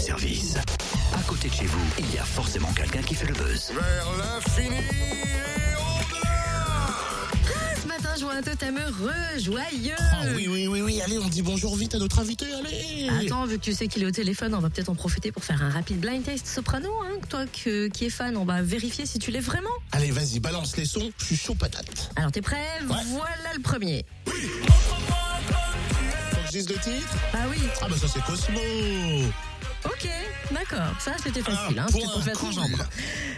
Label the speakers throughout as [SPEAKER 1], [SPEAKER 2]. [SPEAKER 1] service. À côté de chez vous, il y a forcément quelqu'un qui fait le buzz.
[SPEAKER 2] Vers l'infini et au-delà
[SPEAKER 3] Ce matin, je vois un totem heureux, joyeux.
[SPEAKER 4] Ah oui, oui, oui, oui, allez, on dit bonjour vite à notre invité, allez
[SPEAKER 3] Attends, vu que tu sais qu'il est au téléphone, on va peut-être en profiter pour faire un rapide blind test soprano. Hein, toi que- qui es fan, on va vérifier si tu l'es vraiment.
[SPEAKER 4] Allez, vas-y, balance les sons, je suis chaud patate.
[SPEAKER 3] Alors, t'es prêt
[SPEAKER 4] Ouais.
[SPEAKER 3] Voilà le premier.
[SPEAKER 4] Faut que je dise le titre
[SPEAKER 3] Ah oui,
[SPEAKER 4] Ah bah ça c'est Cosmo
[SPEAKER 3] ok, d'accord. Ça, c'était
[SPEAKER 4] Ah,
[SPEAKER 3] facile. hein,
[SPEAKER 4] point,
[SPEAKER 3] c'était complètement
[SPEAKER 4] cool.
[SPEAKER 3] jambe.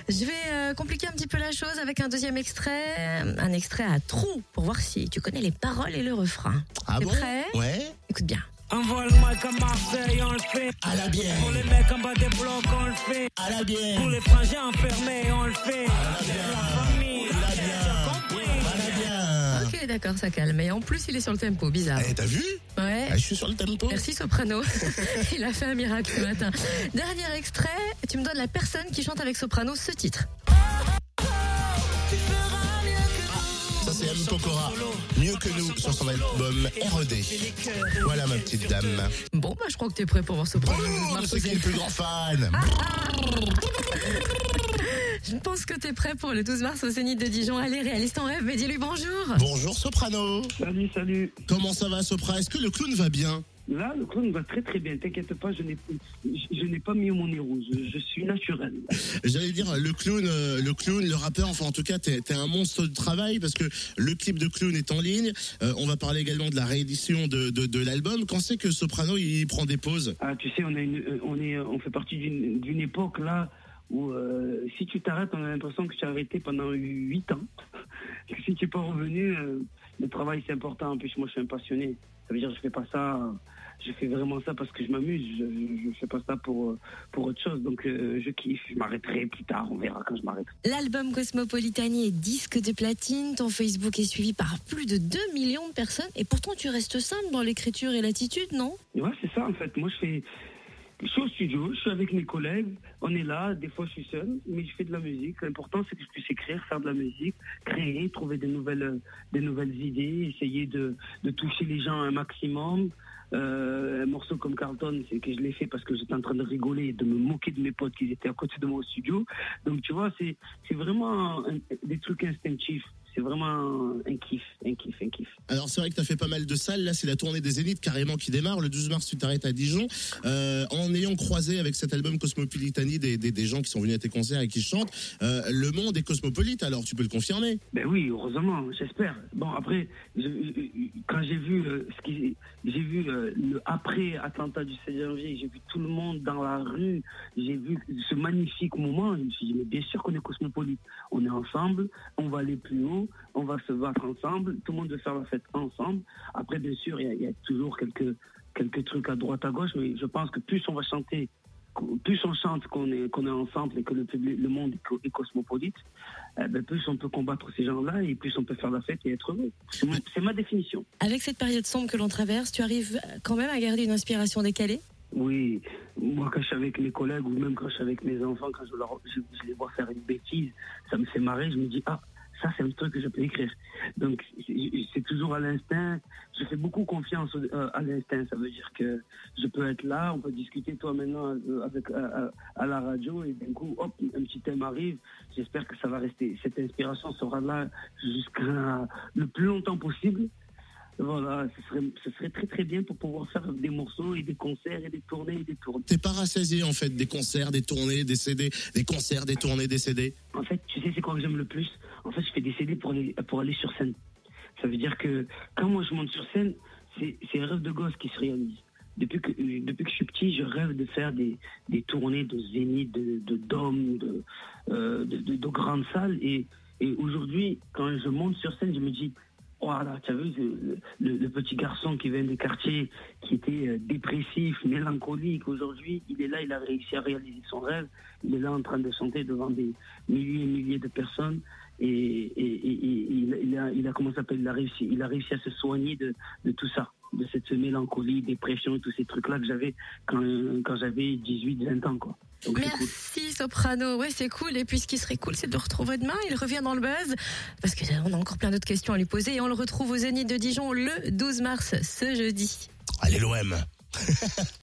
[SPEAKER 3] Je vais euh, compliquer un petit peu la chose avec un deuxième extrait. euh, Un extrait à trous pour voir si tu connais les paroles et le refrain.
[SPEAKER 4] Ah
[SPEAKER 3] t'es
[SPEAKER 4] bon
[SPEAKER 3] prêt
[SPEAKER 4] Ouais
[SPEAKER 3] Écoute bien.
[SPEAKER 5] Envoie le mic à Marseille, on le fait.
[SPEAKER 4] À la bière
[SPEAKER 5] Pour les mecs en bas des blocs, on le fait.
[SPEAKER 4] À la
[SPEAKER 5] Pour
[SPEAKER 4] bière
[SPEAKER 5] les frangins enfermés, on le fait. La famille,
[SPEAKER 4] À la bière
[SPEAKER 5] compris.
[SPEAKER 4] À la bière
[SPEAKER 3] Ok, d'accord, ça calme. Et en plus, il est sur le tempo, bizarre.
[SPEAKER 4] Eh, t'as vu
[SPEAKER 3] Ouais.
[SPEAKER 4] Ah, Je suis sur le tempo
[SPEAKER 3] Merci Soprano. Il a fait un miracle ce matin. Dernier extrait, tu me donnes la personne qui chante avec Soprano ce titre.
[SPEAKER 4] Ça c'est M. Pokora, mieux que nous, sur son album R.E.D. Voilà ma petite dame.
[SPEAKER 3] Bon, bah je crois que t'es prêt pour voir Soprano.
[SPEAKER 4] Boum, c'est qui est le plus grand fan
[SPEAKER 3] Ah. Je pense que t'es prêt pour le 12 mars au Zénith de Dijon. Allez, réalise ton rêve, mais dis-lui bonjour.
[SPEAKER 4] Bonjour Soprano
[SPEAKER 6] Salut, salut.
[SPEAKER 4] Comment ça va Sopra Est-ce que le clown va bien
[SPEAKER 6] Là, le clown va très très bien. T'inquiète pas, je n'ai je, je n'ai pas mis mon nez rouge. Je suis naturel.
[SPEAKER 4] J'allais dire le clown, euh, le clown, le rappeur. Enfin, en tout cas, t'es t'es un monstre de travail parce que le clip de clown est en ligne. Euh, on va parler également de la réédition de, de, de l'album. Quand c'est que Soprano il prend des pauses
[SPEAKER 6] Ah, tu sais, on a une, euh, on est, euh, on fait partie d'une d'une époque là où euh, si tu t'arrêtes, on a l'impression que tu as arrêté pendant 8 ans. Que si tu n'es pas revenu, euh, le travail c'est important. En plus, moi, je suis un passionné. Ça veut dire, je fais pas ça. euh, Je fais vraiment ça parce que je m'amuse. Je, je, je fais pas ça pour euh, pour autre chose. Donc, euh, je kiffe. Je m'arrêterai plus tard. On verra quand je m'arrêterai.
[SPEAKER 3] L'album Cosmopolitanie est disque de platine. Ton Facebook est suivi par plus de 2 millions de personnes. Et pourtant, tu restes simple dans l'écriture et l'attitude, non
[SPEAKER 6] Ouais, c'est ça en fait. Moi, je fais. Je suis au studio, je suis avec mes collègues, on est là, des fois je suis seul, mais je fais de la musique. L'important c'est que je puisse écrire, faire de la musique, créer, trouver des nouvelles, euh, des nouvelles idées, essayer de, de toucher les gens un maximum. Euh, un morceau comme Carlton, c'est que je l'ai fait parce que j'étais en train de rigoler et de me moquer de mes potes qui étaient à côté de moi au studio. Donc tu vois, c'est c'est vraiment un- des trucs instinctifs. C'est vraiment un kiff, un kiff, un kiff.
[SPEAKER 4] Alors c'est vrai que t'as fait pas mal de salles. Là, c'est la tournée des Zéniths carrément qui démarre. Le 12 mars, tu t'arrêtes à Dijon. Euh, en ayant croisé avec cet album Cosmopolitanie des, des, des gens qui sont venus à tes concerts et qui chantent, euh, le monde est cosmopolite. Alors tu peux le confirmer.
[SPEAKER 6] Ben oui, heureusement, j'espère. Bon, après, je- je- quand j'ai vu euh, ce qui, j'ai vu euh, le après attentat du 16 janvier, j'ai vu tout le monde dans la rue, j'ai vu ce magnifique moment. Je me suis dit, mais bien sûr qu'on est cosmopolite. On est ensemble, on va aller plus haut, on va se battre ensemble, tout le monde veut faire la fête ensemble. Après, bien sûr, il y a- il y, a toujours quelques quelques trucs à droite à gauche, mais je pense que plus on va chanter. qu'on- Plus on chante qu'on est, qu'on est ensemble et que le, public, le monde est co- est cosmopolite, eh ben, plus on peut combattre ces gens-là et plus on peut faire la fête et être heureux. C'est ma- C'est ma définition.
[SPEAKER 3] Avec cette période sombre que l'on traverse, tu arrives quand même à garder une inspiration décalée
[SPEAKER 6] Oui, moi quand je suis avec mes collègues ou même quand je suis avec mes enfants, quand je, leur- je- je les vois faire une bêtise, ça me fait marrer, je me dis, ah, ça c'est un truc que je peux écrire. Donc c'est- c'est toujours à l'instinct, je fais beaucoup confiance au- euh, à l'instinct, ça veut dire que je peux être là, on peut discuter toi maintenant euh, avec, à, à- à la radio et d'un coup, hop, un petit thème arrive, j'espère que ça va rester, cette inspiration sera là jusqu'à le plus longtemps possible. Voilà, ce serait, ce serait très très bien pour pouvoir faire des morceaux et des concerts et des tournées et des tournées.
[SPEAKER 4] T'es pas rassasié en fait des concerts, des tournées, des CD, des concerts, des tournées, des CD.
[SPEAKER 6] En fait, tu sais, c'est quoi que j'aime le plus En fait, je fais des CD pour aller, pour aller sur scène. Ça veut dire que quand moi je monte sur scène, c'est c'est un rêve de gosse qui se réalise. Depuis que, euh, depuis que je suis petit, je rêve de faire des, des tournées de zénith, de, de dômes, de, euh, de, de- de grandes salles. Et, et aujourd'hui, quand je monte sur scène, je me dis, voilà, tu as vu le, le- le petit garçon qui vient des quartiers, qui était euh, dépressif, mélancolique, aujourd'hui, il est là, il a réussi à réaliser son rêve. Il est là en train de chanter devant des milliers et milliers de personnes. Et, et- et- et il, il a, il a- comment ça s'appelle, il a réussi, il a réussi à se soigner de, de tout ça, de cette mélancolie, dépression et tous ces trucs-là que j'avais quand, quand j'avais 18, 20 ans, quoi. Donc c'est cool.
[SPEAKER 3] Merci Soprano, ouais c'est cool et puis ce qui serait cool c'est de le retrouver demain, il revient dans le buzz parce que euh, on a encore plein d'autres questions à lui poser et on le retrouve au Zénith de Dijon le 12 mars ce jeudi.
[SPEAKER 4] Allez l'OM.